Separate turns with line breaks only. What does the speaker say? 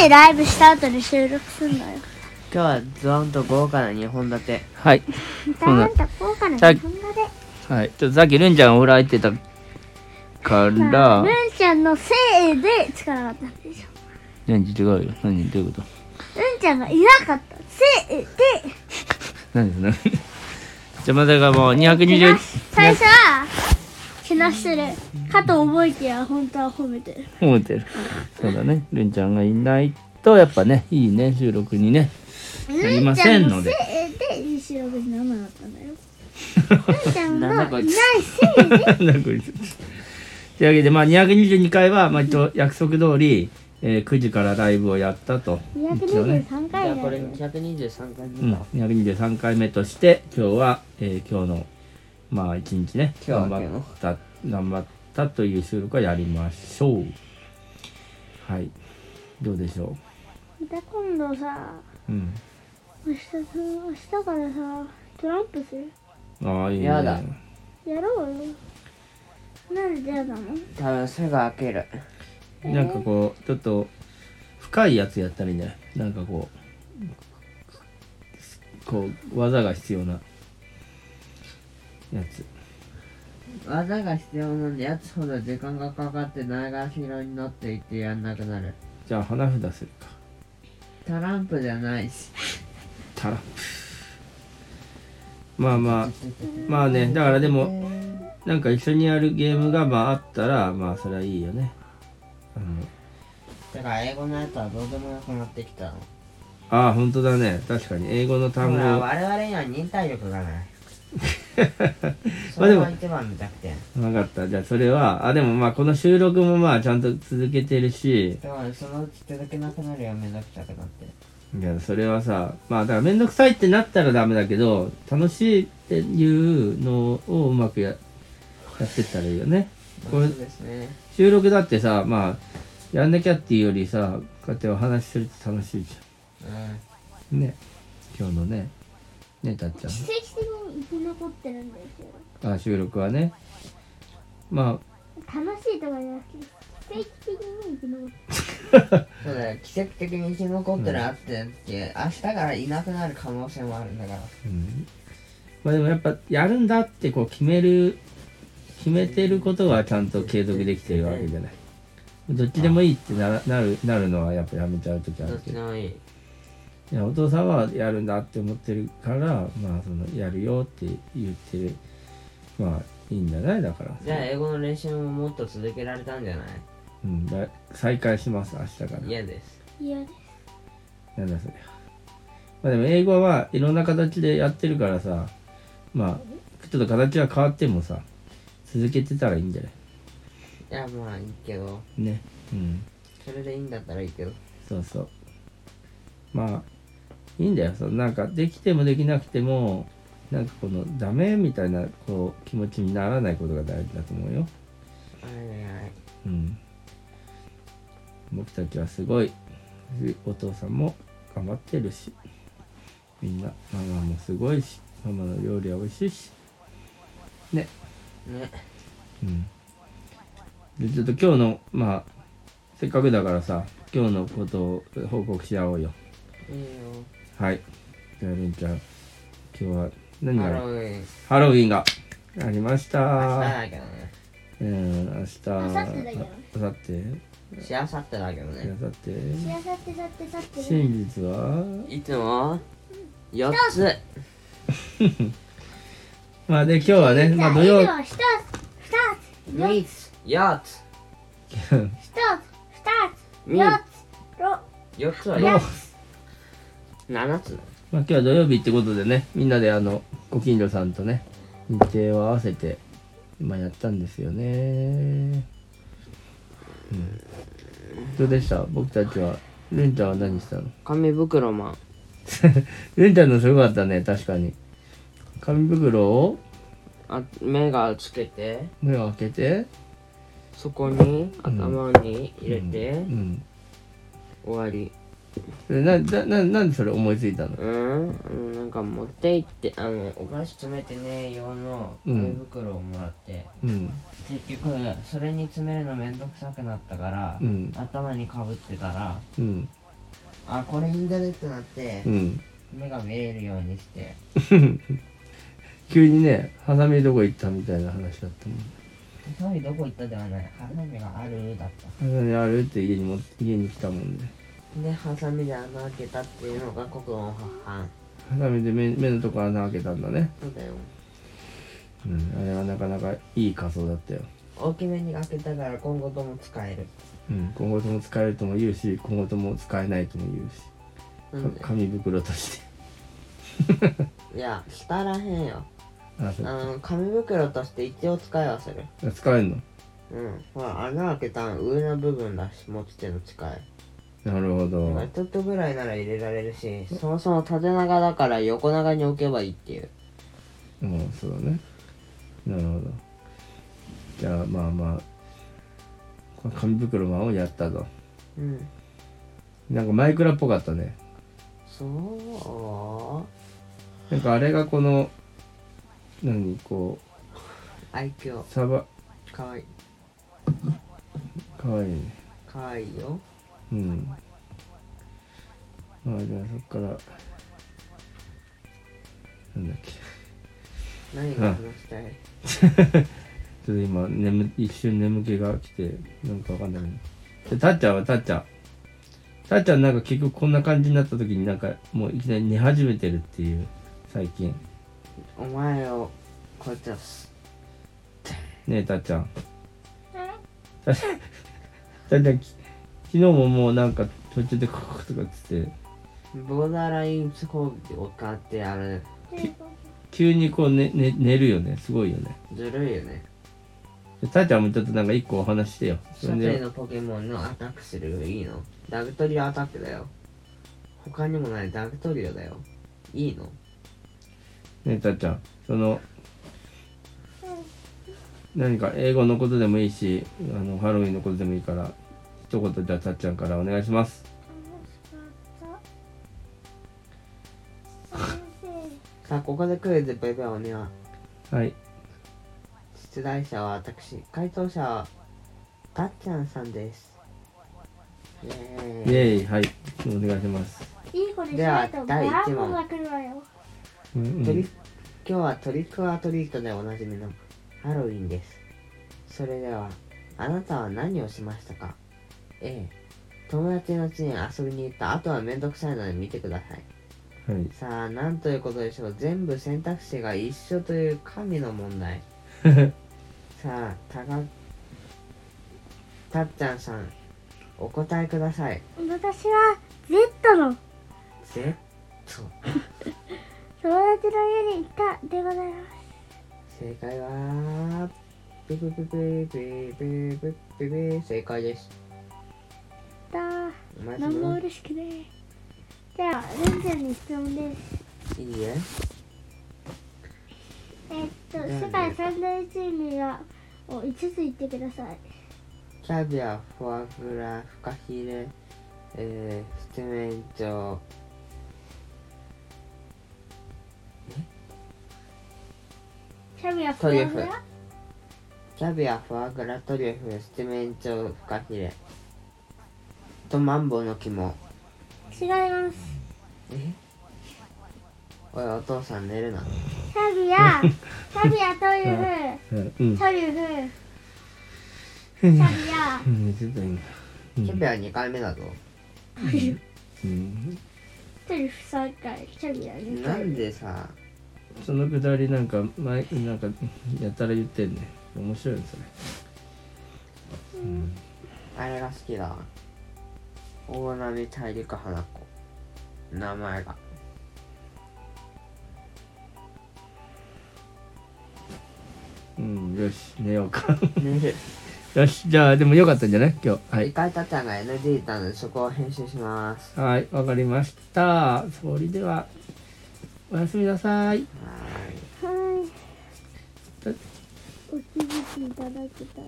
でライブした後に収録すんのよ。
今日はズワンと豪華な2本立て
はい。
だんだん高価な
さっ
日本語で。
はい。ちょっとさっきルンちゃんがお風呂入ってたか
まあ
ら
ル、ンちゃんのせいでつかなかったんでしょ。
何違うよ。何どういうこと
ルンちゃんがいなかったせいで
何 ですね。じゃあまさかもう
け
220
なし、最初はけなしてるかと思いきや本当は褒めてる。
思ってる。そうだね。ルンちゃんがいないと、やっぱね、いいね、収録にね。 なり
ルン
ま
ちゃ
せ
ん
ん
の
の
せ
で
いでいい収録にならなかったんだよ。ルンちゃんのい
な
なん
だ
い
こいつ
せいで
なんか嘘というわけで、まあ、222回は、まあ、一応約束通り、えー9時からライブをやったと。一応ね。
223
じゃあ
回
こ
だ
れ
よ。
223回目
うん
だ、、
223回目として今日は、えー今日のまあ一日ね
今日は
頑張った頑張ったという収録をやりましょうはいどうでしょ
で今度さ、
う、うん、
明日さ明日からさトランプする。
ああいいね
やだ
やろうよ。なんで嫌なの？
多分すぐ開ける
なんかこうちょっと深いやつやったらいいんじゃないなんかこうこう技が必要なやつ
技が必要なんでやつほど時間がかかってないがしろになっていってやんなくなる
じゃあ花札するか
トランプじゃないし
タラップまあまあまあねだからでもなんか一緒にやるゲームがまああったらまあそれはいいよねあの
だから英語のやつはどうでもよくなってきたの
ああ本当だね確かに英語の単
ほ
語
ら
ま
我々には忍耐力が ないそ
あで
れ
も
が一番の弱点
分かったじゃあそれはあでもまあこの収録もまあちゃんと続けてるし
だからそのうち続けなくなるよめんどくさくなって
いやそれはさまあだから面倒くさいってなったらダメだけど楽しいっていうのをうまくややってったらいいよねこれ
そうですね
収録だってさまあやんなきゃっていうよりさこうやってお話しすると楽しいじ
うん
ゃんね今日のねねたっちゃん
奇跡的に生き残ってるんですよ。
あ収録はねま
楽しいとかじゃなくて奇跡的に生き残って
そうだよ奇跡的に生き残ってるあってだって明日からいなくなる可能性もあるんだから
あ、うん まあでもやっぱやるんだってこう決める決めてることはちゃんと継続できてるわけじゃないどっちでもいいってならなるなるのはやっぱやめちゃう時あ
ど
る
っち
け
で
ど
もいい
いやお父さんはやるんだって思ってるからまあそのやるよって言ってるまあいいんじゃないだから
じゃあ英語の練習ももっと続けられたんじゃない
うん、だ再開します明日から
嫌です
る。いや、
なんだそりゃ。まあでも英語はいろんな形でやってるからさ、まあ、ちょっと形は変わってもさ、続けてたらいいんじゃない
いやまあいいけど
ね。うん。
それでいいんだったらいいけど
そうそう。まあ、いいんだよ。そのなんか、できてもできなくても、なんかこの、ダメみたいな、こう、気持ちにならないことが大事だと思うよ。
はいはい
うん。僕たちはすごい、お父さんも頑張ってるし、みんな、ママもすごいし、ママの料理は美味しいし、ね。
ね
うん。で、ちょっと今日の、まあ、せっかくだからさ、今日のことを報告し合おうよ。
いい
はい。じゃあ、りんちゃん、今日は何
よ
が
ハ
あ
ロ
る
ウィン
ハロウィンがありまし
明日
た。
だけどね
うん、明日。
明後日だよ
あさって
しあさってだけど
あ
ね
さって
しあさってだってだってね。
真実はい
つも4つ
まあで今日はね、まあ、土曜
じゃあ一つ、二つ、四
3つ4つ
つ、一つ、二つ、四つ、六、
4つは
の
4つ7つ
まあ、今日は土曜日ってことでねみんなであのご近所さんとね日程を合わせて、まあ、やったんですよね、うん、どうでした僕たちはルンちゃんは何したの
紙袋マン
ルンちゃんのすごかったね確かに紙袋を
あ目がつけて
目を開けて
そこに頭に入れて、
うん
終わり
でななななんでそれ思いついたの
うんあのなんか持って行ってあのお菓子詰めてね用の紙袋をもらって、
うん
結局それに詰めるのめんどくさくなったから、
うん
頭にかぶってたら
うん
あこれインターネットになって
うん。
目が見えるようにして
急にね、ハサミどこ行ったみたいな話だったもん。
ハサミどこ行ったではないハサミがあるだった
ハサミあるって家にも家に来たもんね。
でハサミで穴開けたっていうのが国語の反
ハサミで目目のとこ穴開けたんだね。
そうだよ
うん。あれはなかなかいい仮装だったよ。
大きめに開けたから今後とも使える
うん。今後とも使えるとも言うし、今後とも使えないとも言うし。
なんで
か紙袋として。
いやしたらへんよ
あ、そ
あ
う
の紙袋として一応使いはする
あ使える
う
の
んほら穴開けたん上の部分だし持ち手の近い
なるほど。
ちょっとぐらいなら入れられるしそもそも縦長だから横長に置けばいいっていう
うん、そうだね。なるほど。じゃあ、まあまあ、この紙袋マンをやったと。
うん
なんかマイクラっぽかったね。
そ
なんかあれがこの、何、こ
う愛嬌
う、サバ、
かわいい
かわいいね。
かわいいよ
うん。まあ、じゃあそっから、なんだっけ。
何が話したい
ちょっと今、眠、一瞬眠気が来て、なんかわかんないけど。でたっちゃんはたっちゃん。たっちゃんなんか結局こんな感じになった時になんかもういきなり寝始めてるっていう、最近。
お前をこいつはす
ねえ、たっちゃん。
え
たっちゃん、たっちゃんき、昨日ももうなんか途中でコクコクとかっつって、
ボーダーラインスコープを買ってやる
急にこう寝、ね、寝るよね。すごいよね。
ずるいよね
でたっちゃんもちょっとなんか一個お話してよ。そ
初
れ
手
で、
のポケモンのアタックするよりいいのダグトリオアタックだよ他にもないダグトリオだよいいの
ねえ、たっちゃん、その、何か英語のことでもいいし、あの、ハロウィンのことでもいいから、一言じゃあたっちゃんからお願いします。
さあここでクイズベイベーお願い
はい。
出題者は私回答者はたっちゃんさんですイエーイ
イェーイ、はい。お願いします。
いい子にし
で
な
はい
と
第一
バー
問
ボンが来るわよ。
うんう
トリ
ん
今日はトリックオアトリートでおなじみのハロウィンですそれではあなたは何をしましたか A 友達の家に遊びに行ったあとはめんどくさいので見てください
はい。
さあなんということでしょう全部選択肢が一緒という神の問題さあたがたっちゃんさんお答えください
私は Z の
Z
友達の家に行ったでございます。
正解はピピピピピピピピピ正解です
だ
マジ
何も
の
嬉しくねじゃあレンちゃんに質問です
いいえ
えっと
なんで
世界三大珍味がを5つ言ってください
キャビアフォアグラフカヒレえー、七面鳥
キャビアフ
トリュフ
ォアグラ
キャビアフォアグラトリュフ七面鳥フカヒレとマンボウの肝
違います
えおいお父さん寝るな
キャビアキャビアトリュ
はいうん
フ。トリュフキャビア
うん、寝てた今。う
キャ
ん
ビア2回目だぞ、
うん。
トリュフ3回キャビア2
な
回
んでさ
そのくだりなんか、前、なんか、やたら言ってんね。面白いね、それ。うん。
あれが好きだわ大波大陸花子名前が
うん、よし、寝ようか。
寝る
よし、じゃあ、でもよかったんじゃない今日。は
一
い。
回たっちゃんが ND いたのでそこを編集します
はい、わかりました。それでは、おやすみなさい。
はーい
はいお気づきいただけたら